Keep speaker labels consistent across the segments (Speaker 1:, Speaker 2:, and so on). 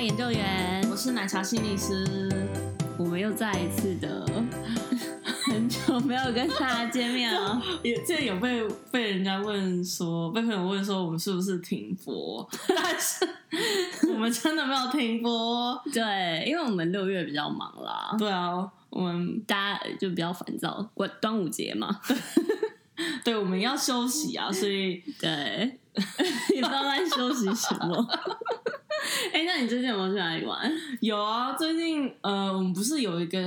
Speaker 1: 研究员，
Speaker 2: 我是奶茶心理师。
Speaker 1: 我们又再一次的很久没有跟大家见面 了。
Speaker 2: 也之前有被被人家问说，被朋友问说我们是不是停 播，但是我们真的没有停播。
Speaker 1: 对，因为我们六月比较忙啦，
Speaker 2: 对啊，我们
Speaker 1: 大家就比较烦躁。过端午节嘛，
Speaker 2: 对我们要休息 啊，所以
Speaker 1: 对，你不知道在休息什么。哎、那你最近有没有去哪里玩？
Speaker 2: 有啊。最近呃，我们不是有一个。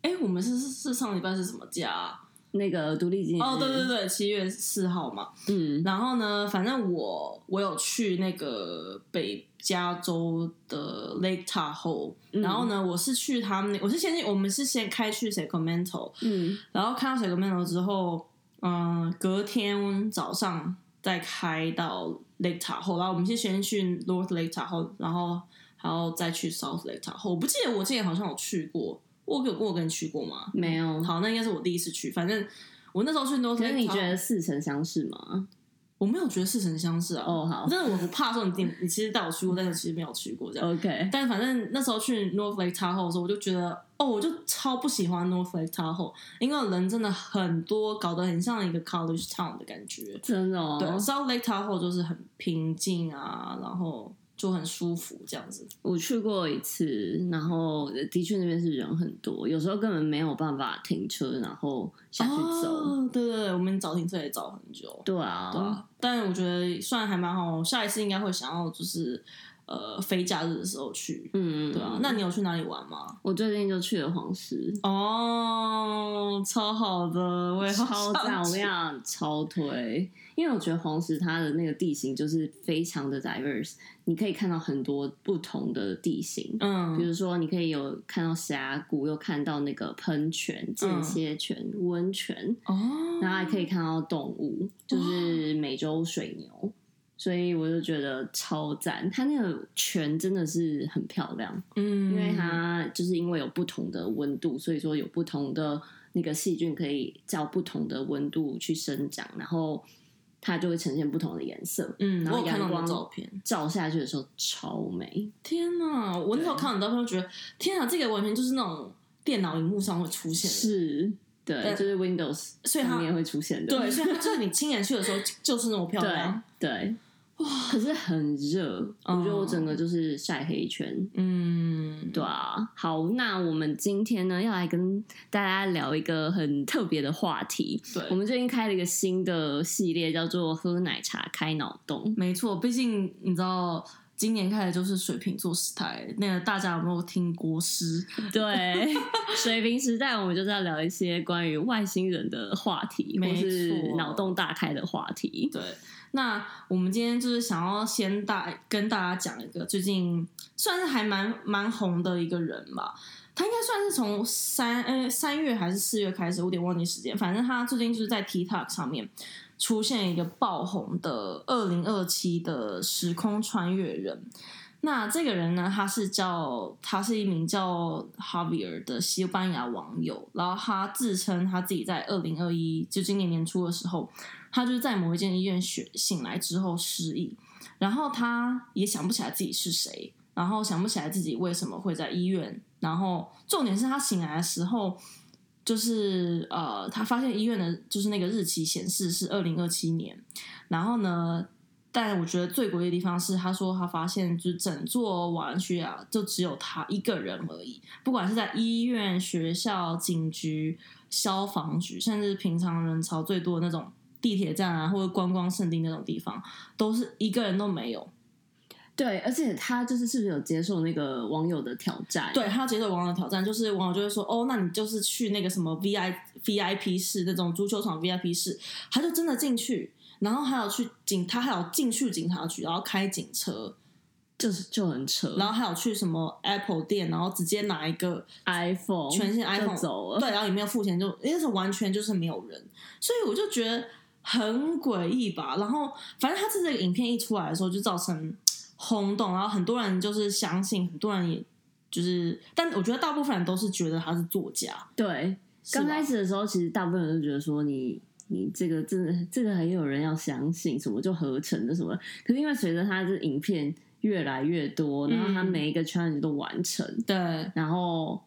Speaker 2: 哎、我们是是是上礼拜是什么假啊、
Speaker 1: 那个独立纪念日
Speaker 2: 哦，对对，对，七月四号嘛。
Speaker 1: 嗯，
Speaker 2: 然后呢，反正我我有去那个北加州的 Lake Tahoe，、然
Speaker 1: 嗯
Speaker 2: 后呢，我是去他们那，我是先去，我们是先开去 Sacramento，
Speaker 1: 嗯，
Speaker 2: 然后看到 Sacramento 之后，嗯、隔天早上再开到 Lake Tahoe，然后我们是先去 North Lake Tahoe，然后还要再去 South Lake Tahoe。我不记得我之前好像有去过，我有跟我跟你去过吗？
Speaker 1: 没有
Speaker 2: 好，那应该是我第一次去，反正。我那时候去 North
Speaker 1: 可
Speaker 2: Lake，
Speaker 1: 是你觉
Speaker 2: Tahoe-
Speaker 1: 得似曾相识吗？
Speaker 2: 我没有觉得似曾相识啊。
Speaker 1: 哦好
Speaker 2: 但是我不怕说你你其实带我去过，但是其实没有去过这样。
Speaker 1: ，OK，
Speaker 2: 但反正那时候去 North Lake Tahoe 的时候，我就觉得哦，我就超不喜欢 North Lake Tahoe，因为人真的很多，搞得很像一个 college town 的感觉。
Speaker 1: 真的
Speaker 2: 对
Speaker 1: 哦，
Speaker 2: ，South Lake Tahoe 就是很平静啊，然后就很舒服这样子。
Speaker 1: 我去过一次，然后的确那边是人很多，有时候根本没有办法停车，然后下去走。
Speaker 2: 哦对对对，我们找停车也找很久。
Speaker 1: 对啊，
Speaker 2: 对啊，但我觉得算还蛮好，下一次应该会想要就是呃非假日的时候去。
Speaker 1: 嗯，
Speaker 2: 对啊，那你有去哪里玩吗？
Speaker 1: 我最近就去了黄石，
Speaker 2: 哦，超好的，我也
Speaker 1: 超赞！我跟
Speaker 2: 想去
Speaker 1: 你讲，超推，因为我觉得黄石它的那个地形就是非常的 diverse，你可以看到很多不同的地形。比
Speaker 2: 嗯，
Speaker 1: 如说，你可以有看到峡谷，又看到那个喷泉、
Speaker 2: 嗯
Speaker 1: 间歇泉、温泉，
Speaker 2: 哦，
Speaker 1: 然后还可以看到动物，就是美洲水牛，所以我就觉得超赞。它那个泉真的是很漂亮，
Speaker 2: 嗯，
Speaker 1: 因为它就是因为有不同的温度，所以说有不同的那个细菌可以照不同的温度去生长，然后它就会呈现不同的颜色。
Speaker 2: 嗯，
Speaker 1: 然
Speaker 2: 我
Speaker 1: 后
Speaker 2: 有看到你
Speaker 1: 阳光
Speaker 2: 的照片，
Speaker 1: 照下去的时候超美，
Speaker 2: 天哪！我那时候看到你的照片，就觉得天啊哪，这个完全就是那种电脑荧幕上会出现的，
Speaker 1: 是，对，
Speaker 2: 对
Speaker 1: 就是 Windows
Speaker 2: 所以它
Speaker 1: 上面会出现的，
Speaker 2: 对，所以它就是你亲眼去的时候就就是那么漂
Speaker 1: 对
Speaker 2: 亮，
Speaker 1: 对，哇！可是很热，我觉得我整个就是晒黑圈。
Speaker 2: 嗯，
Speaker 1: 对啊，好，那我们今天呢要来跟大家聊一个很特别的话题，
Speaker 2: 对
Speaker 1: 我们最近开了一个新的系列，叫做“喝奶茶开脑洞
Speaker 2: 没错，毕竟你知道。今年开始就是水瓶座时代，那个大家有没有听国师？”。
Speaker 1: 对，水平时代我们就是要聊一些关于外星人的话题，或
Speaker 2: 没错
Speaker 1: 是脑洞大开的话题。
Speaker 2: 对，那我们今天就是想要先大跟大家讲一个最近算是还蛮蛮红的一个人吧，他应该算是从三呃三月还是四月开始，我有点忘记时间，反正他最近就是在 TikTok 上面出现一个爆红的二零二七的时空穿越人。那这个人呢，他是叫他是一名叫 Javier 的西班牙网友，然后他自称他自己在二零二一就今年年初的时候，他就是在某一间医院醒醒来之后失忆，然后他也想不起来自己是谁，然后想不起来自己为什么会在医院，然后重点是他醒来的时候，就是呃，他发现医院的就是那个日期显示是二零二七年，然后呢。但我觉得最诡异的地方是，他说他发现，就是整座瓦伦西亚就只有他一个人而已。不管是在医院、学校、警局、消防局，甚至平常人潮最多的那种地铁站啊，或者观光圣地那种地方，都是一个人都没有。
Speaker 1: 对，而且他就是是不是有接受那个网友的挑战？
Speaker 2: 对他接受网友挑战，就是网友就会说：“哦，那你就是去那个什么 V I V I P 室那种足球场 V I P 室。”他就真的进去，然后还有去警，他还有进去警察局，然后开警车，
Speaker 1: 就是就很扯。
Speaker 2: 然后还有去什么 Apple 店，然后直接拿一个
Speaker 1: iPhone
Speaker 2: 全新 iPhone
Speaker 1: 哦就走了，
Speaker 2: 对，然后也没有付钱，就因为是完全就是没有人，所以我就觉得很诡异吧。然后反正他这个影片一出来的时候，就造成轰动，然后很多人就是相信，很多人也就是，但我觉得大部分人都是觉得他是作家。
Speaker 1: 对，
Speaker 2: 是
Speaker 1: 刚
Speaker 2: 吧
Speaker 1: 开始的时候，其实大部分人都觉得说你你这个真的这个很有人要相信，什么就合成的什么。可是因为随着他这影片越来越多，然后他
Speaker 2: 嗯
Speaker 1: 每一个 challenge 都完成，
Speaker 2: 对
Speaker 1: 然后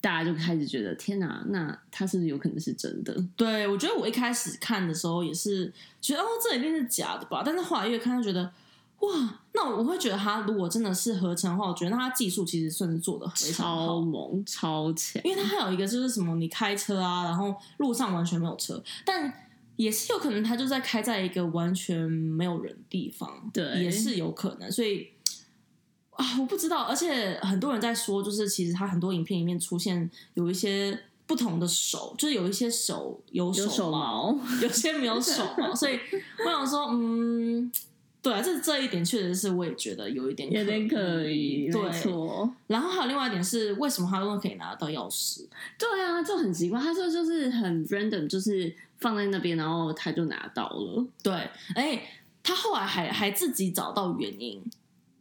Speaker 1: 大家就开始觉得天哪，那他是不是有可能是真的？
Speaker 2: 对，我觉得我一开始看的时候也是觉得哦，这一定是假的吧，但是后来越看，就觉得哇，那我会觉得他如果真的是合成的话，我觉得那他技术其实算是做的非常
Speaker 1: 超
Speaker 2: 好。
Speaker 1: 萌超强，
Speaker 2: 因为它还有一个就是什么，你开车啊，然后路上完全没有车，但也是有可能他就在开在一个完全没有人的地方，
Speaker 1: 对
Speaker 2: 也是有可能。所以啊，我不知道，而且很多人在说，就是其实他很多影片里面出现有一些不同的手，就是有一些手有
Speaker 1: 有手
Speaker 2: 手毛，
Speaker 1: 毛，
Speaker 2: 有些没有手毛，所以我想说，嗯。对啊，这这一点确实是我也觉得有一点
Speaker 1: 有点可疑，
Speaker 2: 对
Speaker 1: 没错。
Speaker 2: 然后还有另外一点是，为什么他都可以拿得到钥匙？
Speaker 1: 对啊，就很奇怪，他说就是很 random，就是放在那边，然后他就拿到了。
Speaker 2: 对，而且他后来还还自己找到原因。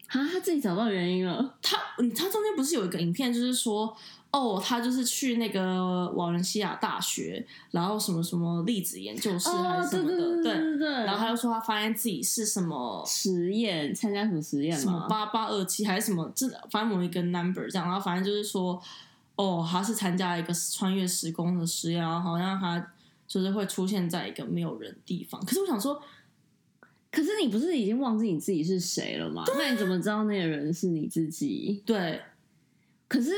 Speaker 1: 啊，他自己找到原因了，
Speaker 2: 他嗯他中间不是有一个影片，就是说哦，他就是去那个瓦伦西亚大学，然后什么什么粒子研究室还是
Speaker 1: 对
Speaker 2: 什
Speaker 1: 啊对
Speaker 2: 么的，
Speaker 1: 对
Speaker 2: 哦对。
Speaker 1: 对对，
Speaker 2: 然后他就说他发现自己是什么
Speaker 1: 实验参加什么实验
Speaker 2: 什么
Speaker 1: 吗？
Speaker 2: 八八二七还是什么，这反正某一个 number 这样，然后反正就是说，哦，他是参加一个穿越时空的实验，然后好像他就是会出现在一个没有人的地方。可是我想说，
Speaker 1: 可是你不是已经忘记你自己是谁了吗？那你怎么知道那个人是你自己？
Speaker 2: 对，
Speaker 1: 可是，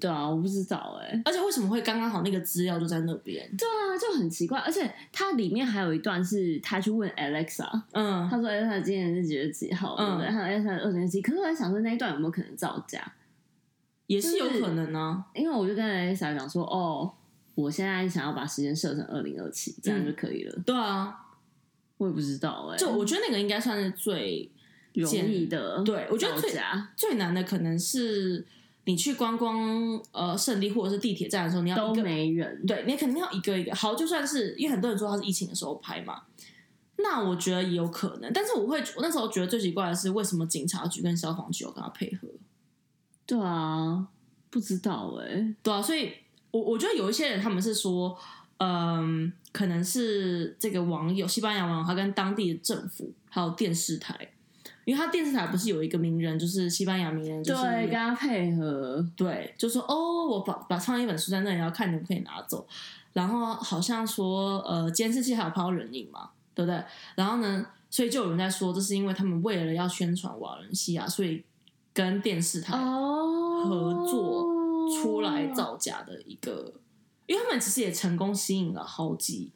Speaker 1: 对啊，我不知道哎、
Speaker 2: 而且为什么会刚刚好那个资料就在那边？
Speaker 1: 对啊，就很奇怪，而且它里面还有一段是他去问 Alexa，
Speaker 2: 嗯，
Speaker 1: 他说 Alexa 今年是几月几号，对不对？
Speaker 2: 嗯
Speaker 1: 他说 Alexa 二年级，可是我在想说那一段有没有可能造假？
Speaker 2: 也是有可能呢、
Speaker 1: 因为我就跟 Alexa 讲说，哦，我现在想要把时间设成二零二七，这样
Speaker 2: 嗯
Speaker 1: 就可以了。
Speaker 2: 对啊，
Speaker 1: 我也不知道哎、
Speaker 2: 就我觉得那个应该算是最
Speaker 1: 容易的，
Speaker 2: 对我觉得最
Speaker 1: 造假
Speaker 2: 最难的，可能是你去观光呃圣地或者是地铁站的时候，你要
Speaker 1: 都
Speaker 2: 一个
Speaker 1: 没人，
Speaker 2: 对你肯定要一个一个好，就算是因为很多人说他是疫情的时候拍嘛。那我觉得也有可能，但是我会我那时候觉得最奇怪的是，为什么警察局跟消防局有跟他配合？
Speaker 1: 对啊，不知道哎、
Speaker 2: 对啊，所以我我觉得有一些人他们是说，嗯，可能是这个网友，西班牙网友他跟当地的政府还有电视台，因为他电视台不是有一个名人，就是西班牙名人，就是
Speaker 1: 对，跟他配合，
Speaker 2: 对，就说哦，我把把唱一本书在那里，然后看你可不可以拿走。然后好像说，呃，监视器还有拍到人影嘛，对不对？然后呢，所以就有人在说，这是因为他们为了要宣传瓦伦西亚，所以跟电视台
Speaker 1: 哦，
Speaker 2: 合作出来造假的一个，因为他们其实也成功吸引了好几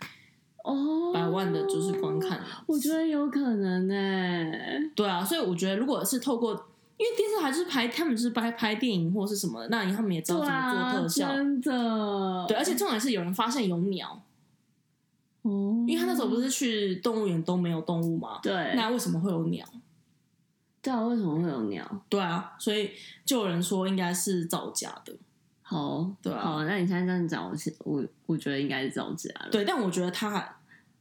Speaker 1: 哦
Speaker 2: 百万的，就是观。看。啊
Speaker 1: 我觉得有可能哎、
Speaker 2: 对啊，所以我觉得如果是透过，因为电视台就是拍，他们就是拍拍电影或是什么的，那他们也知道
Speaker 1: 对
Speaker 2: 怎么
Speaker 1: 啊，
Speaker 2: 做特效。
Speaker 1: 真的，
Speaker 2: 对，而且重点是有人发现有鸟，
Speaker 1: 哦，
Speaker 2: 因为他那时候不是去动物园都没有动物嘛，
Speaker 1: 对，
Speaker 2: 那为什么会有鸟？
Speaker 1: 对啊，为什么会有鸟？
Speaker 2: 对啊，所以就有人说应该是造假的。
Speaker 1: 好，
Speaker 2: 对啊
Speaker 1: 好，那你现在这样讲，我是我我觉得应该是造假了。
Speaker 2: 对，但我觉得他还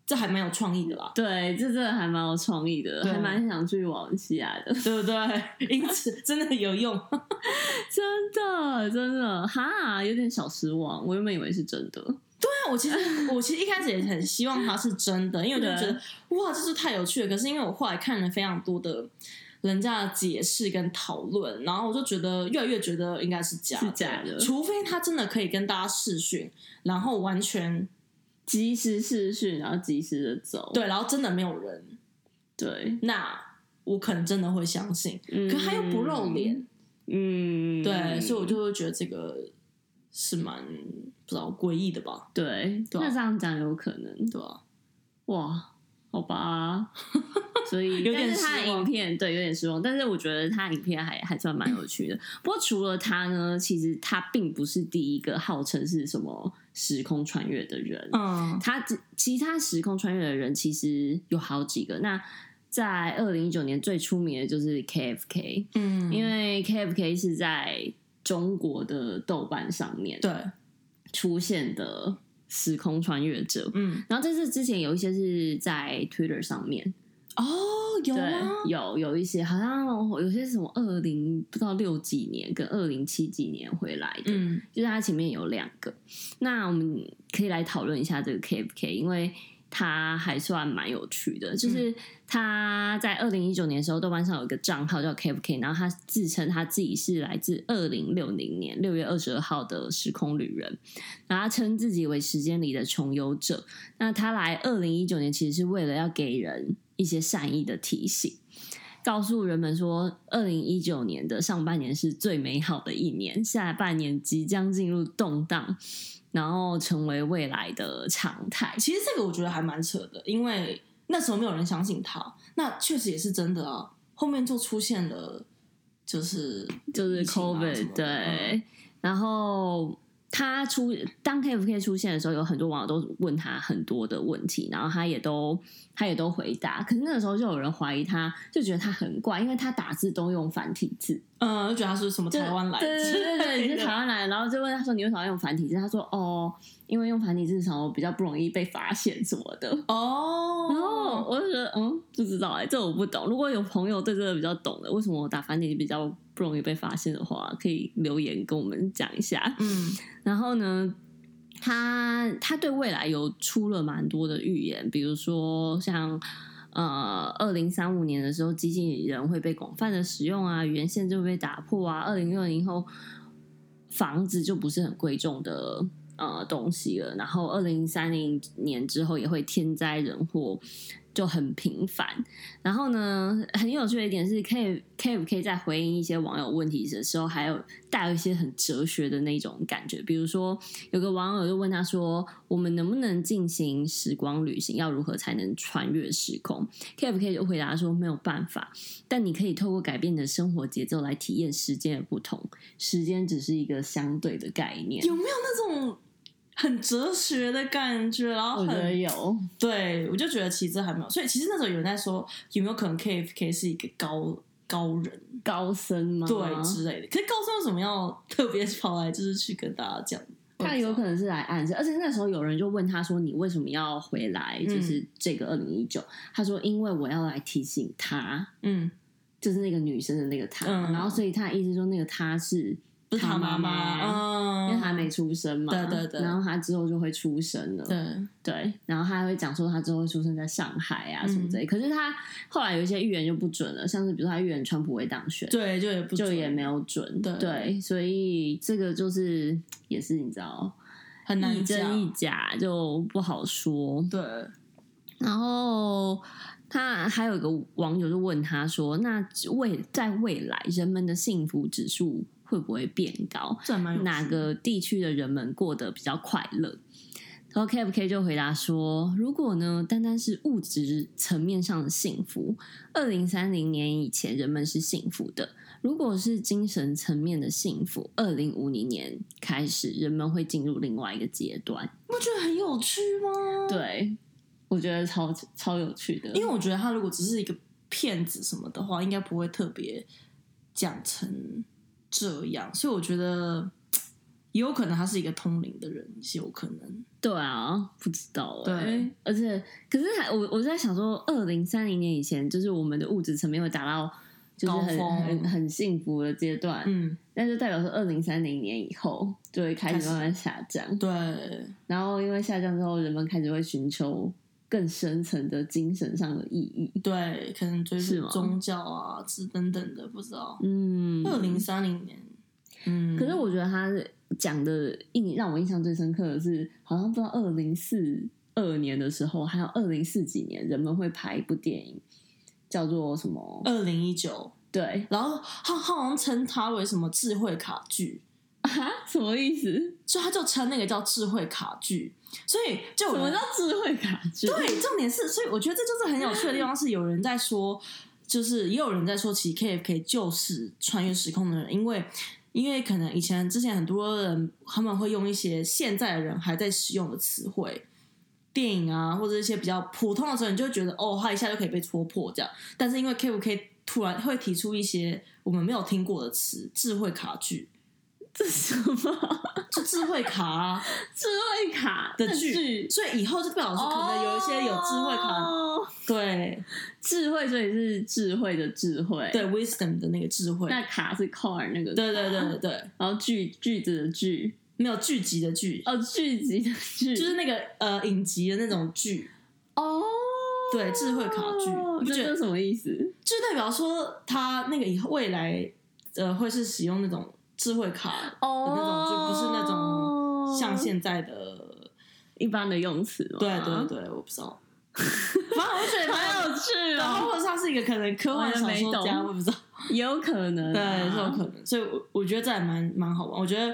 Speaker 2: 这还蛮有创意的啦。
Speaker 1: 对，这真的还蛮有创意的，
Speaker 2: 对啊
Speaker 1: 还蛮想去瓦伦西亚的，
Speaker 2: 对不对？ 因此真的有用，
Speaker 1: 真的真的哈，有点小失望。我原本以为是真的，
Speaker 2: 但我 其实我其实一开始也很希望它是真的，因为我就觉得
Speaker 1: 嗯
Speaker 2: 哇，这是太有趣了。可是因为我后来看了非常多的人家的解释跟讨论，然后我就觉得越来越觉得应该是假
Speaker 1: 是假的
Speaker 2: 除非它真的可以跟大家试训，然后完全
Speaker 1: 及时试训，然后及时的走。
Speaker 2: 对，然后真的没有人，
Speaker 1: 对，
Speaker 2: 那我可能真的会相信。
Speaker 1: 嗯
Speaker 2: 可他又不露脸，，
Speaker 1: 嗯，
Speaker 2: 对，所以我就会觉得这个是蛮不知道诡异的吧，
Speaker 1: 对，
Speaker 2: 对啊
Speaker 1: 那这样讲有可能
Speaker 2: 对吧？
Speaker 1: 哇，好吧，所以
Speaker 2: 有点
Speaker 1: 但是他的
Speaker 2: 失望
Speaker 1: 影片对有点失望，但是我觉得他的影片还还算蛮有趣的。不过除了他呢，其实他并不是第一个号称是什么时空穿越的人，
Speaker 2: 嗯，
Speaker 1: 他只其他时空穿越的人其实有好几个。那在二零一九年最出名的就是 KFK，、
Speaker 2: 嗯，
Speaker 1: 因为 KFK 是在中国的豆瓣上面
Speaker 2: 对，
Speaker 1: 出现的时空穿越者。
Speaker 2: 嗯。
Speaker 1: 然后这是之前有一些是在 Twitter 上面，
Speaker 2: 哦，有
Speaker 1: 对
Speaker 2: 吗？，
Speaker 1: 有啊有一些好像有些什么二零不知道六几年跟二零七几年回来的，
Speaker 2: 嗯
Speaker 1: 就是它前面有两个。那我们可以来讨论一下这个 KFK，因为它还算蛮有趣的，就是他在二零一九年的时候，豆瓣上有一个账号叫 KFK，然后他自称他自己是来自二零六零年六月二十二号的时空旅人，然后他称自己为时间里的穷游者。那他来二零一九年其实是为了要给人一些善意的提醒。告诉人们说，二零一九年的上半年是最美好的一年，下半年即将进入动荡，然后成为未来的常态。
Speaker 2: 其实这个我觉得还蛮扯的，因为那时候没有人相信他，那确实也是真的啊。后面就出现了，就是
Speaker 1: 就是
Speaker 2: 疫情啊什么
Speaker 1: COVID
Speaker 2: 的
Speaker 1: 对，然后他出当 KFK 出现的时候，有很多网友都问他很多的问题，然后他也都他也都回答。可是那个时候就有人怀疑他，就觉得他很怪，因为他打字都用繁体字，
Speaker 2: 嗯，就觉得他是什么
Speaker 1: 就
Speaker 2: 台湾来的，
Speaker 1: 对对对对，你是台湾来的，然后就问他说你为什么要用繁体字？他说哦，因为用繁体字什么比较不容易被发现什么的。
Speaker 2: 哦，
Speaker 1: 然后我就觉得，嗯，不知道哎、这我不懂。如果有朋友对这个比较懂的，为什么我打繁体比较不容易被发现的话，可以留言跟我们讲一下。
Speaker 2: 嗯
Speaker 1: 然后呢，他他对未来有出了蛮多的预言，比如说像呃，二零三五年的时候，机器人会被广泛的使用啊，语言限制会被打破啊，二零六零后房子就不是很贵重的呃东西了，然后二零三零年之后也会天灾人祸。就很频繁，然后呢，很有趣的一点是，K K F K 在回应一些网友问题的时候，还有带有一些很哲学的那种感觉。比如说，有个网友就问他说：“我们能不能进行时光旅行？要如何才能穿越时空？”K F K 就回答说：“没有办法，但你可以透过改变你的生活节奏来体验时间的不同。时间只是一个相对的概念。”
Speaker 2: 有没有那种很哲学的感觉？然后
Speaker 1: 我觉得
Speaker 2: 很
Speaker 1: 有，
Speaker 2: 对，我就觉得其实这还没有，所以其实那时候有人在说有没有可能 KFK 是一个高高人
Speaker 1: 高僧吗？
Speaker 2: 对之类的，可是高僧为什么要特别跑来就是去跟大家 讲？
Speaker 1: 他有可能是来暗示，而且那时候有人就问他说：“你为什么要回来？”
Speaker 2: 嗯
Speaker 1: 就是这个二零一九，他说：“因为我要来提醒他，
Speaker 2: 嗯，
Speaker 1: 就是那个女生的那个他。
Speaker 2: 嗯
Speaker 1: 然后，所以他的意思说，那个他是
Speaker 2: 不是
Speaker 1: 他
Speaker 2: 他妈
Speaker 1: 妈，
Speaker 2: 妈，嗯，
Speaker 1: 因为他还没出生嘛。
Speaker 2: 对对对
Speaker 1: 然后他之后就会出生了。
Speaker 2: 对，
Speaker 1: 对，然后他还会讲说他之后会出生在上海啊
Speaker 2: 嗯
Speaker 1: 什么之类。可是他后来有一些预言就不准了，像是比如说他预言川普会当选，
Speaker 2: 对，就也不
Speaker 1: 就
Speaker 2: 准
Speaker 1: 也没有准。
Speaker 2: 对
Speaker 1: 对，所以这个就是也是你知道。
Speaker 2: 很难
Speaker 1: 一真一
Speaker 2: 讲，
Speaker 1: 假就不好说。
Speaker 2: 对，
Speaker 1: 然后他还有一个网友就问他说：“那未在未来，人们的幸福指数会不会变高？
Speaker 2: 这还蛮有趣的
Speaker 1: 哪个地区的人们过得比较快乐？”然后 KFK 就回答说：“如果呢，单单是物质层面上的幸福，二零三零年以前人们是幸福的；如果是精神层面的幸福，二零五零年开始人们会进入另外一个阶段。”
Speaker 2: 不觉得很有趣吗？
Speaker 1: 对，我觉得超超有趣的，
Speaker 2: 因为我觉得他如果只是一个骗子什么的话，应该不会特别讲成这样，所以我觉得也有可能他是一个通灵的人，也有可能。
Speaker 1: 对啊，不知道欸
Speaker 2: 对，
Speaker 1: 而且可是还我我在想说，二零三零年以前，就是我们的物质层面会达到就是很
Speaker 2: 高峰
Speaker 1: 很很幸福的阶段，
Speaker 2: 嗯，
Speaker 1: 那就代表说二零三零年以后就会开
Speaker 2: 开
Speaker 1: 始
Speaker 2: 始
Speaker 1: 慢慢下降，
Speaker 2: 对，
Speaker 1: 然后因为下降之后，人们开始会寻求更深层的精神上的意义，
Speaker 2: 对，可能追
Speaker 1: 是
Speaker 2: 溯
Speaker 1: 吗
Speaker 2: 宗教啊，之等等的，不知道。
Speaker 1: 嗯，
Speaker 2: 二零三零年，嗯，
Speaker 1: 可是我觉得他讲的印让我印象最深刻的是，好像不知道二零四二年的时候，还有二零四几年，人们会拍一部电影叫做什么？
Speaker 2: 二零一九，
Speaker 1: 对
Speaker 2: 然后他他好像称它为什么智慧卡剧，
Speaker 1: 啊，什么意思？
Speaker 2: 所以他就称那个叫智慧卡剧，所以就
Speaker 1: 什
Speaker 2: 有
Speaker 1: 么叫
Speaker 2: 人
Speaker 1: 智慧卡剧？
Speaker 2: 对，重点是，所以我觉得这就是很有趣的地方，是有人在说，就是也有人在说，其实 KFK 就是穿越时空的人，因为因为可能以前之前很多人他们会用一些现在的人还在使用的词汇。电影啊，或者一些比较普通的时候，你就会觉得哦，他一下就可以被戳破这样。但是因为 KFK 突然会提出一些我们没有听过的词，智慧卡剧，
Speaker 1: 这是什么
Speaker 2: 就智慧卡、啊，
Speaker 1: 智慧卡
Speaker 2: 的
Speaker 1: 这
Speaker 2: 剧所以以后就表示可能有一些有智慧卡，
Speaker 1: 哦
Speaker 2: 对
Speaker 1: 智慧所以是智慧的智慧，
Speaker 2: 对，wisdom 的那个智慧，
Speaker 1: 那卡是 car 那个，
Speaker 2: 对对对对，对，
Speaker 1: 然后句句子的句，哦
Speaker 2: 没有剧集的剧，
Speaker 1: 哦，剧集的剧，
Speaker 2: 就是那个呃影集的那种剧，
Speaker 1: 哦，
Speaker 2: 对，智慧卡具，你不
Speaker 1: 这
Speaker 2: 觉
Speaker 1: 这
Speaker 2: 得
Speaker 1: 是什么意思？
Speaker 2: 就代表说他那个以后未来呃会是使用那种智慧卡，
Speaker 1: 哦
Speaker 2: 那种就不是那种像现在的，
Speaker 1: 一般的用词吗，
Speaker 2: 对对对，我不知道，反正我就觉得蛮
Speaker 1: 好
Speaker 2: 有
Speaker 1: 有趣
Speaker 2: 然 后
Speaker 1: 哦，
Speaker 2: 或者他是一个可能科幻小说
Speaker 1: 我也没
Speaker 2: 家，
Speaker 1: 懂
Speaker 2: 我 不知道，
Speaker 1: 也有可能啊，
Speaker 2: 对，是有可能。所以我，我觉得这还蛮蛮好玩。我觉得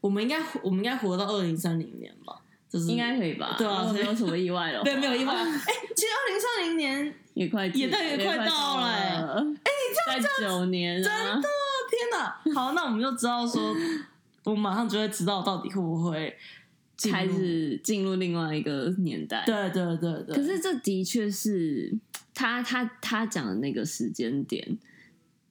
Speaker 2: 我们应该活我们应该活到二零三零年吧，就是
Speaker 1: 应该可以吧？
Speaker 2: 对啊
Speaker 1: 如果没有什么意外了，
Speaker 2: 对，没有意外。哎、其实二零三零年，啊
Speaker 1: 也快
Speaker 2: 也到也快到
Speaker 1: 到
Speaker 2: 了欸
Speaker 1: 哎，你这样九年啊了，真的
Speaker 2: 天哪！好，那我们就知道说，我马上就会知道到底会不会进入
Speaker 1: 开。始进入另外一个年代，
Speaker 2: 对对对对。
Speaker 1: 可是这的确是他他他讲的那个时间点，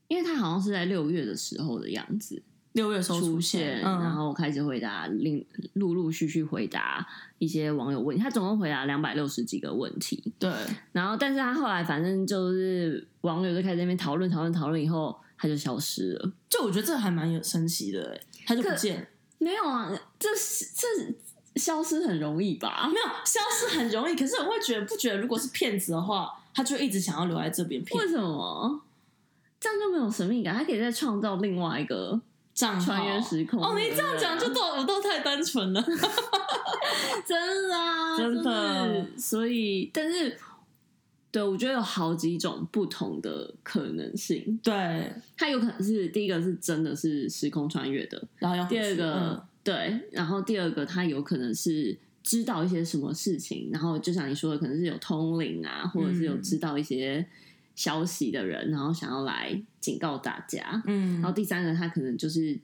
Speaker 1: 因为他好像是在六月的时候的样子
Speaker 2: 六月的时候
Speaker 1: 出
Speaker 2: 现，
Speaker 1: 现，
Speaker 2: 嗯，
Speaker 1: 然后开始回答另陆陆续续回答一些网友问题，他总共回答两百六十几个问题，
Speaker 2: 对
Speaker 1: 然后但是他后来反正就是网友就开始在那边讨论讨论讨论，以后他就消失了。
Speaker 2: 就我觉得这还蛮有神奇的、哎，他就不
Speaker 1: 可
Speaker 2: 见了。
Speaker 1: 没有啊，这是这消失很容易吧？
Speaker 2: 没有消失很容易，可是我会觉得不觉得，如果是骗子的话，他就一直想要留在这边骗
Speaker 1: 为什么？这样就没有神秘感，他可以再创造另外一个
Speaker 2: 账号
Speaker 1: 穿越时空
Speaker 2: 哦，你这样讲
Speaker 1: 对
Speaker 2: 就都我都太单纯了。
Speaker 1: 真的啊，
Speaker 2: 真的
Speaker 1: 就是所以，但是，对我觉得有好几种不同的可能性。
Speaker 2: 对，
Speaker 1: 它有可能是第一个是真的是时空穿越的，
Speaker 2: 然后要回去
Speaker 1: 第二个、
Speaker 2: 嗯
Speaker 1: 对，然后第二个它有可能是知道一些什么事情，然后就像你说的，可能是有通灵啊，或者是
Speaker 2: 嗯
Speaker 1: 有知道一些消息的人，然后想要来警告大家。然后
Speaker 2: 嗯
Speaker 1: 第三个，他可能就是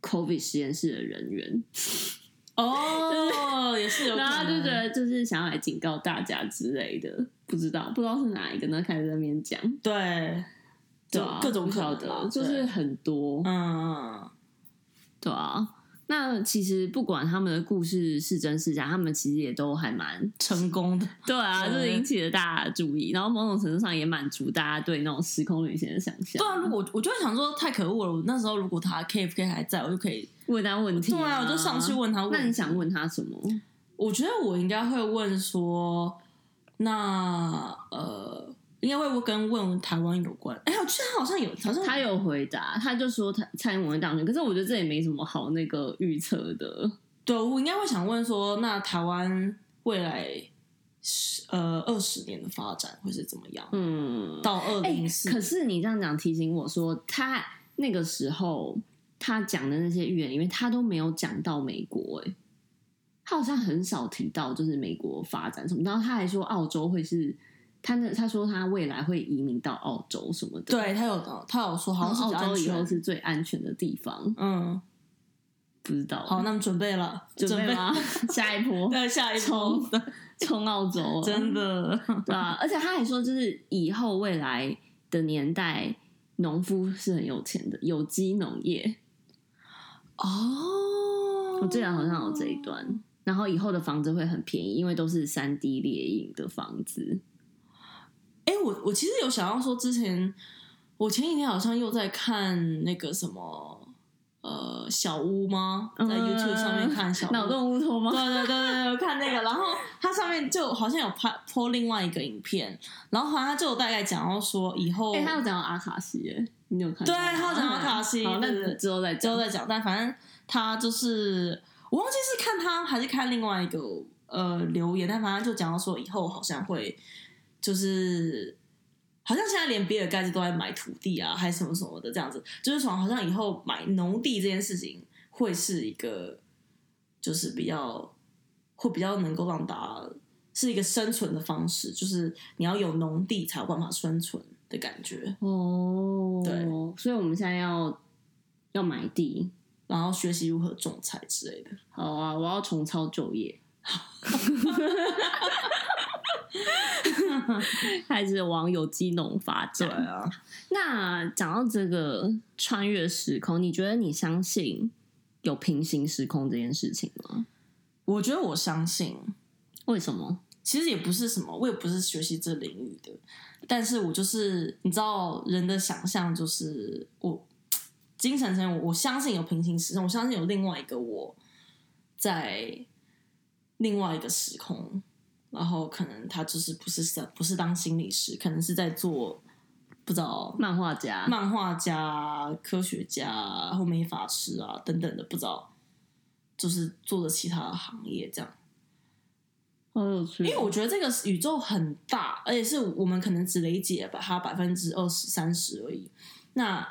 Speaker 1: COVID 实验室的人员，
Speaker 2: 哦，也是有可
Speaker 1: 然
Speaker 2: 能，
Speaker 1: 后他就觉得就是想要来警告大家之类的，不知道不知道是哪一个呢？开始在那边讲，
Speaker 2: 对，
Speaker 1: 对
Speaker 2: 就
Speaker 1: 啊，
Speaker 2: 各种
Speaker 1: 不
Speaker 2: 可
Speaker 1: 晓
Speaker 2: 能啦
Speaker 1: 得，就是
Speaker 2: 对
Speaker 1: 很多，
Speaker 2: 嗯，
Speaker 1: 对啊。那其实不管他们的故事是真是假，他们其实也都还蛮
Speaker 2: 成功的，
Speaker 1: 对啊，
Speaker 2: 对
Speaker 1: 就是引起了大家的注意，然后某种程度上也满足大家对那种时空旅行的想象
Speaker 2: 对，啊，如果我就会想说太可恶了，我那时候如果他 KFK 还在，我就可以，
Speaker 1: 问他问题、
Speaker 2: 对啊，我就上去。问他问，
Speaker 1: 那你想？问他什么？
Speaker 2: 我觉得我应该会问说，那呃，应该会跟问台湾有关，哎，我记得他好像有，好像
Speaker 1: 他有回答，他就说他蔡英文会当选，可是我觉得这也没什么好那个预测的。
Speaker 2: 对，我应该会想问说，那台湾未来十呃二十年的发展会是怎么样？
Speaker 1: 嗯，
Speaker 2: 到二
Speaker 1: 哎
Speaker 2: 零四，
Speaker 1: 可是你这样讲提醒我说，他那个时候他讲的那些预言里面，他都没有讲到美国、哎，他好像很少提到就是美国发展什么，然后他还说澳洲会是他那他说他未来会移民到澳洲什么的，，
Speaker 2: 对他有他有说好像是比较
Speaker 1: 澳洲
Speaker 2: 安
Speaker 1: 以
Speaker 2: 全
Speaker 1: 后是最安全的地方，
Speaker 2: 嗯，
Speaker 1: 不知道，欸
Speaker 2: 好，那我们准备了，
Speaker 1: 准备
Speaker 2: 备
Speaker 1: 吗？ 下一波
Speaker 2: 对，下一
Speaker 1: 冲
Speaker 2: 周，
Speaker 1: 冲澳洲啊，
Speaker 2: 真的，
Speaker 1: 对啊，而且他还说，就是以后未来的年代，农夫是很有钱的，有机农业。
Speaker 2: 哦，
Speaker 1: 我记得好像有这一段。然后以后的房子会很便宜，因为都是三 D 列印的房子。
Speaker 2: 哎、我我其实有想要说，之前我前几天好像又在看那个什么呃小屋吗？在 YouTube 上面看 小屋，
Speaker 1: 嗯脑洞乌托吗？
Speaker 2: 对对对对对，我看那个，然后它上面就好像有拍播另外一个影片，然后好像它就有大概讲到说以后，
Speaker 1: 哎、他有讲到阿卡西耶，你有看到
Speaker 2: 对，
Speaker 1: 吗？
Speaker 2: 他有讲到卡西，
Speaker 1: 好，
Speaker 2: 对对
Speaker 1: 那
Speaker 2: 对
Speaker 1: 之后再
Speaker 2: 之
Speaker 1: 讲
Speaker 2: 后。再讲，但反正他就是我忘记是看他还是看另外一个呃留言，但反正就讲到说以后好像会就是。好像现在连比尔盖茨都在买土地啊，还什么什么的这样子，就是从好像以后买农地这件事情会是一个，就是比较会比较能够让大家是一个生存的方式，就是你要有农地才有办法生存的感觉，
Speaker 1: 哦，
Speaker 2: 对，
Speaker 1: 所以我们现在要要买地。
Speaker 2: 然后学习如何种菜之类的。
Speaker 1: 好啊，我要重操旧业。 开始往有机农发展。
Speaker 2: 啊，
Speaker 1: 那讲到这个穿越时空，你觉得你相信有平行时空这件事情吗？
Speaker 2: 我觉得我相信，
Speaker 1: 为什么？
Speaker 2: 其实也不是什么，我也不是学习这领域的，但是我就是你知道，人的想象就是我精神层面，我我相信有平行时空，我相信有另外一个我在另外一个时空然后可能他就是不是不是当心理师，可能是在做不知道
Speaker 1: 漫画家，
Speaker 2: 漫画家、科学家或美法师啊等等的，不知道就是做的其他的行业这样。
Speaker 1: 好有趣哦。
Speaker 2: 因为我觉得这个宇宙很大，而且是我们可能只理解把它百分之二十、三十而已。那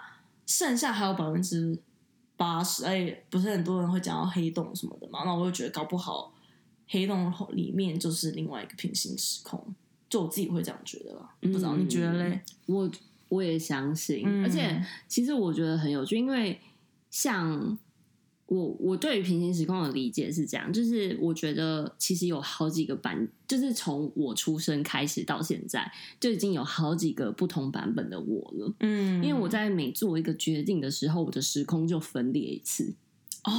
Speaker 2: 剩下还有百分之八十，哎，不是很多人会讲到黑洞什么的嘛？那我就觉得搞不好黑洞里面就是另外一个平行时空，就我自己会这样觉得啦。不知道
Speaker 1: 嗯
Speaker 2: 你觉得嘞？
Speaker 1: 我我也相信，
Speaker 2: 嗯
Speaker 1: 而且其实我觉得很有趣，因为像我我对于平行时空的理解是这样，就是我觉得其实有好几个版，就是从我出生开始到现在，就已经有好几个不同版本的我了。
Speaker 2: 嗯
Speaker 1: 因为我在每做一个决定的时候，我的时空就分裂一次。
Speaker 2: 哦，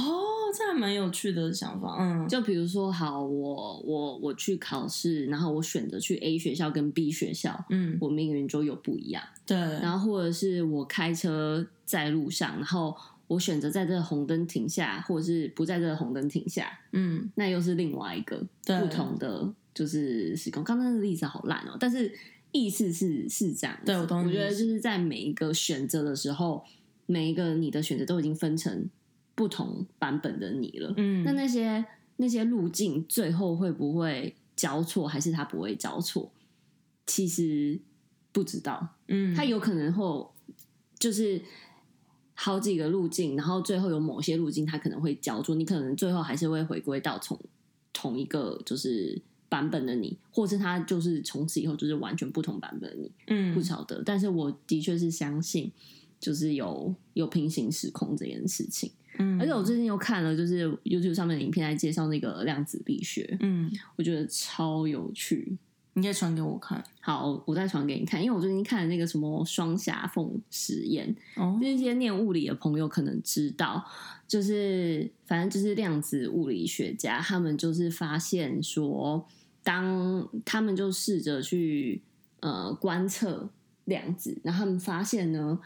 Speaker 2: 这还蛮有趣的想法。嗯，
Speaker 1: 就比如说，好，我我我去考试，然后我选择去 A 学校跟 B 学校，
Speaker 2: 嗯，
Speaker 1: 我命运就有不一样。
Speaker 2: 对，
Speaker 1: 然后或者是我开车在路上，然后我选择在这个红灯停下，或者是不在这个红灯停下，
Speaker 2: 嗯，
Speaker 1: 那又是另外一个
Speaker 2: 对
Speaker 1: 不同的就是时空。刚刚那个例子好烂哦，但是意思是是这样子。
Speaker 2: 对我懂你
Speaker 1: 觉得
Speaker 2: 意思
Speaker 1: 就是在每一个选择的时候，每一个你的选择都已经分成不同版本的你了。
Speaker 2: 嗯，
Speaker 1: 那那些那些路径最后会不会交错，还是它不会交错？其实不知道，
Speaker 2: 嗯，
Speaker 1: 它有可能会就是好几个路径，然后最后有某些路径它可能会交错，你可能最后还是会回归到从同一个就是版本的你，或是它就是从此以后就是完全不同版本的你，
Speaker 2: 嗯
Speaker 1: 不晓得。但是我的确是相信，就是有有平行时空这件事情。
Speaker 2: 嗯，
Speaker 1: 而且我最近又看了，就是 YouTube 上面的影片来介绍那个量子力学，
Speaker 2: 嗯，
Speaker 1: 我觉得超有趣。
Speaker 2: 你可以传给我看。
Speaker 1: 好，我再传给你看，因为我最近看了那个什么双狭缝实验，
Speaker 2: 哦，
Speaker 1: 那些念物理的朋友可能知道，就是反正就是量子物理学家，他们就是发现说，当他们就试着去呃观测量子，然后他们发现呢，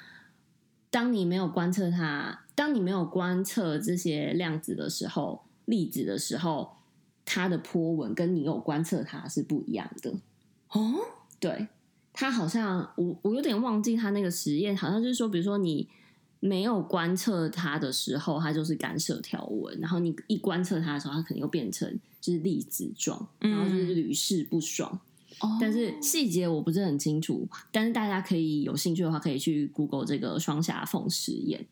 Speaker 1: 当你没有观测它，当你没有观测这些量子的时候，粒子的时候，它的波纹跟你有观测它是不一样的。
Speaker 2: 哦，
Speaker 1: 对，他好像我我有点忘记他那个实验，好像就是说，比如说你没有观测它的时候，它就是干涉条纹，然后你一观测它的时候，它可能又变成就是粒子状，
Speaker 2: 嗯
Speaker 1: 然后就是屡试不爽。
Speaker 2: 哦
Speaker 1: 但是细节我不是很清楚，但是大家可以有兴趣的话，可以去 Google 这个双狭缝实验。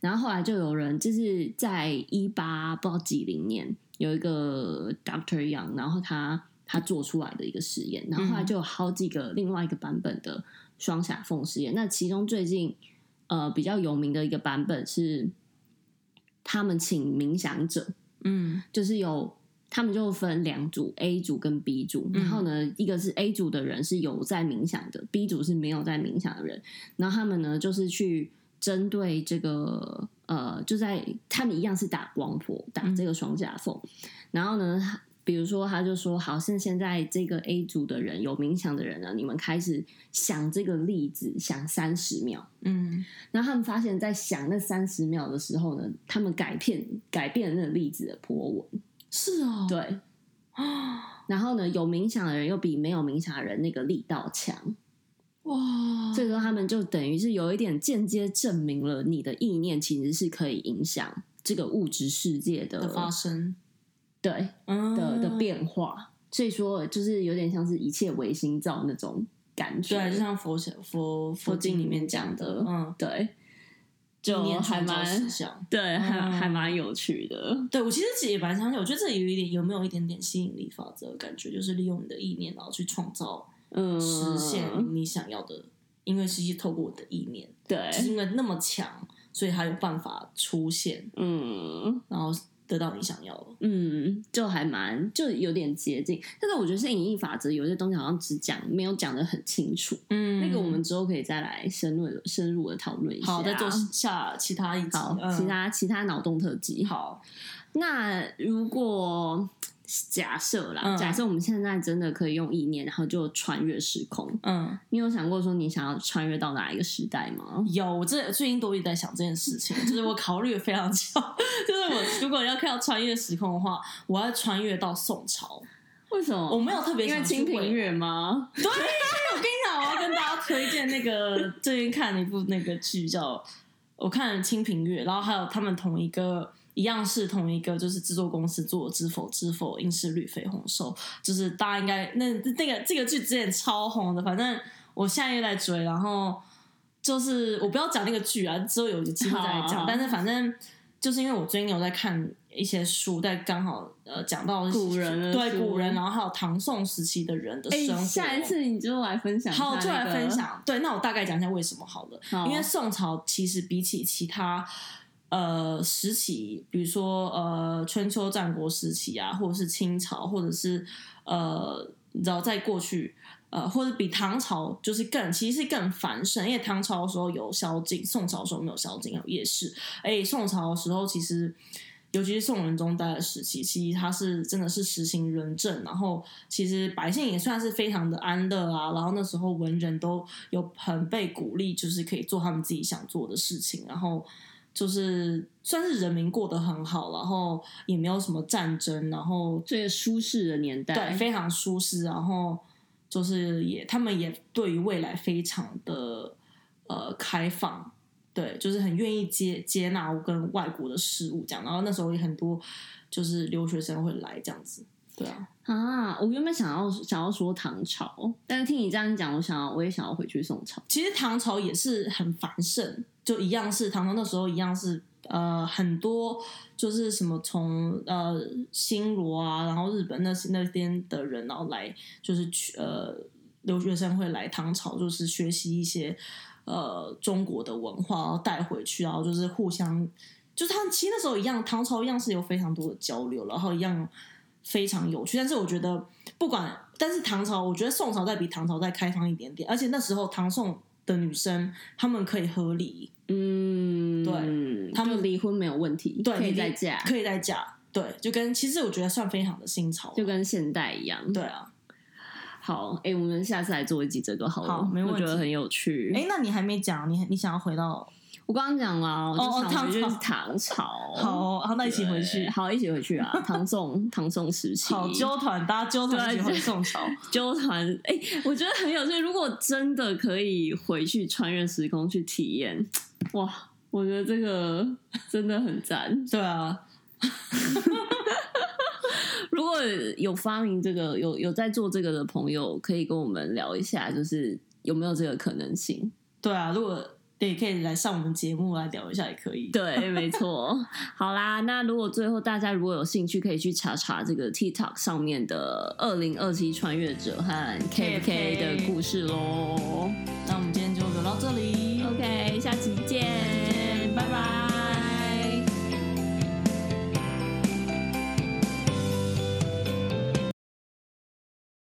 Speaker 1: 然后后来就有人就是在一八不知道几零年有一个 Doctor Young，然后他他做出来的一个实验，然后后来就有好几个另外一个版本的双狭缝实验。那其中最近呃比较有名的一个版本是他们请冥想者，
Speaker 2: 嗯
Speaker 1: 就是有他们就分两组，A 组跟 B 组，
Speaker 2: 嗯
Speaker 1: 然后呢，一个是 A 组的人是有在冥想的，B 组是没有在冥想的人，然后他们呢就是去针对这个呃，就在他们一样是打光波，打这个双夹缝，然后呢。比如说，他就说：“好，像现在这个 A 组的人有冥想的人呢，你们开始想这个例子，想三十秒。
Speaker 2: 嗯
Speaker 1: 然后他们发现，在想那三十秒的时候呢，他们改变改变了那个粒子的波纹。
Speaker 2: 是哦，
Speaker 1: 对，
Speaker 2: 啊
Speaker 1: 然后呢，有冥想的人又比没有冥想的人那个力道强，
Speaker 2: 哇，
Speaker 1: 所以说他们就等于是有一点间接证明了你的意念其实是可以影响这个物质世界的
Speaker 2: 的发生
Speaker 1: 对
Speaker 2: 嗯
Speaker 1: 的的变化。所以说，就是有点像是一切唯心造那种感觉，
Speaker 2: 嗯对，就像佛学佛佛经里面讲的，嗯，
Speaker 1: 对，就
Speaker 2: 念
Speaker 1: 还蛮
Speaker 2: 像。
Speaker 1: 对，还、
Speaker 2: 嗯
Speaker 1: 还蛮有趣的。
Speaker 2: 对我其实自己也蛮相信，我觉得这有一点有没有一点点吸引力法则的感觉，就是利用你的意念，然后去创造
Speaker 1: 嗯，
Speaker 2: 实现你想要的，因为是透过我的意念，
Speaker 1: 对，
Speaker 2: 就是因为那么强，所以它有办法出现，
Speaker 1: 嗯。
Speaker 2: 然后得到你想要的。
Speaker 1: 嗯，就还蛮就有点接近，但是我觉得是引力法则有些东西好像只讲没有讲的很清楚，
Speaker 2: 嗯
Speaker 1: 那个我们之后可以再来深入深入的讨论一下。
Speaker 2: 好再做下其他一集，
Speaker 1: 好
Speaker 2: 嗯
Speaker 1: 其他其他脑洞特辑。，
Speaker 2: 好，
Speaker 1: 那如果假设啦，
Speaker 2: 嗯
Speaker 1: 假设我们现在真的可以用意念，然后就穿越时空，
Speaker 2: 嗯，
Speaker 1: 你有想过说你想要穿越到哪一个时代吗？
Speaker 2: 有，我这最近都一直在想这件事情，就是我考虑得非 常久，就是我如果要看要穿越时空的话，我要穿越到宋朝，
Speaker 1: 为什么？
Speaker 2: 我没有特别
Speaker 1: 因为
Speaker 2: 想去
Speaker 1: 清
Speaker 2: 未
Speaker 1: 平
Speaker 2: 来
Speaker 1: 乐吗？
Speaker 2: 对，我跟你讲，我要跟大家推荐那个最近看了一部那个剧叫，我看了《清平乐》，然后还有他们同一个一样是同一个就是制作公司做《知否知否》《应是绿肥红瘦》，就是大家应该那那个这个剧之前超红的，反正我现在又在追，然后就是我不要讲那个剧啊，之后有机会再来
Speaker 1: 好啊
Speaker 2: 讲
Speaker 1: 好，
Speaker 2: 但是反正就是因为我最近有在看。一些书，但刚好呃讲到
Speaker 1: 古人的
Speaker 2: 对
Speaker 1: 书
Speaker 2: 古人，然后还有唐宋时期的人的
Speaker 1: 哎、
Speaker 2: 生活。
Speaker 1: 下一次你就来分享一下那
Speaker 2: 好，
Speaker 1: 个、
Speaker 2: 就来分享。对，那我大概讲一下为什么好了。
Speaker 1: 好，
Speaker 2: 因为宋朝其实比起其他呃时期，比如说呃春秋战国时期啊，或者是清朝，或者是呃你知道在过去呃或者比唐朝就是更其实是更繁盛，因为唐朝的时候有宵禁，宋朝的时候没有宵禁，有夜市。哎，宋朝的时候其实。尤其是宋仁宗待的时期，其实他是真的是实行仁政，然后其实百姓也算是非常的安乐啊。然后那时候文人都有很被鼓励，就是可以做他们自己想做的事情，然后就是算是人民过得很好，然后也没有什么战争，然后
Speaker 1: 最舒适的年代，
Speaker 2: 对，非常舒适。然后就是也，他们也对于未来非常的呃开放，对，就是很愿意接接纳跟外国的事物这样。然后那时候也很多就是留学生会来这样子，对啊，
Speaker 1: 啊，我原本想要想要说唐朝，但是听你这样讲，我想要我也想要回去宋朝。
Speaker 2: 其实唐朝也是很繁盛，就一样是唐朝那时候一样是呃很多就是什么从呃新罗啊，然后日本那那边的人，然后来就是去呃留学生会来唐朝，就是学习一些呃中国的文化，然后带回去，然后就是互相就是他们其实那时候一样，唐朝一样是有非常多的交流，然后一样非常有趣。但是我觉得不管，但是唐朝，我觉得宋朝再比唐朝再开放一点点，而且那时候唐宋的女生她们可以合理，
Speaker 1: 嗯，
Speaker 2: 对他们
Speaker 1: 就离婚没有问题，
Speaker 2: 对，
Speaker 1: 可以
Speaker 2: 你
Speaker 1: 再嫁，
Speaker 2: 可以再嫁，对，就跟其实我觉得算非常的新潮，
Speaker 1: 就跟现代一样。
Speaker 2: 对啊。
Speaker 1: 好，哎、我们下次来做一集这个好了，
Speaker 2: 好没问
Speaker 1: 我觉得
Speaker 2: 题
Speaker 1: 很有趣。
Speaker 2: 哎、那你还没讲，你你想要回到
Speaker 1: 我刚刚讲了，我
Speaker 2: 哦哦
Speaker 1: 就想回去
Speaker 2: 唐朝
Speaker 1: 唐朝，
Speaker 2: 好、哦，好，那一
Speaker 1: 对，
Speaker 2: 起回去，
Speaker 1: 好，一起回去啊！唐宋，唐宋时期，
Speaker 2: 好纠团，大家纠团一起
Speaker 1: 对
Speaker 2: 回宋朝，
Speaker 1: 纠团，哎、我觉得很有趣。如果真的可以回去穿越时空去体验，哇，我觉得这个 真的很赞。
Speaker 2: 对啊，
Speaker 1: 如果有发明这个、有有在做这个的朋友，可以跟我们聊一下，就是有没有这个可能性？
Speaker 2: 对啊，如果对可以来上我们节目来聊一下也可以，
Speaker 1: 对，没错。好啦，那如果最后大家如果有兴趣，可以去查查这个 TikTok 上面的二零二七穿越者和 KFK 的故事喽。
Speaker 2: 那我们今天就聊到这里
Speaker 1: OK，下期见，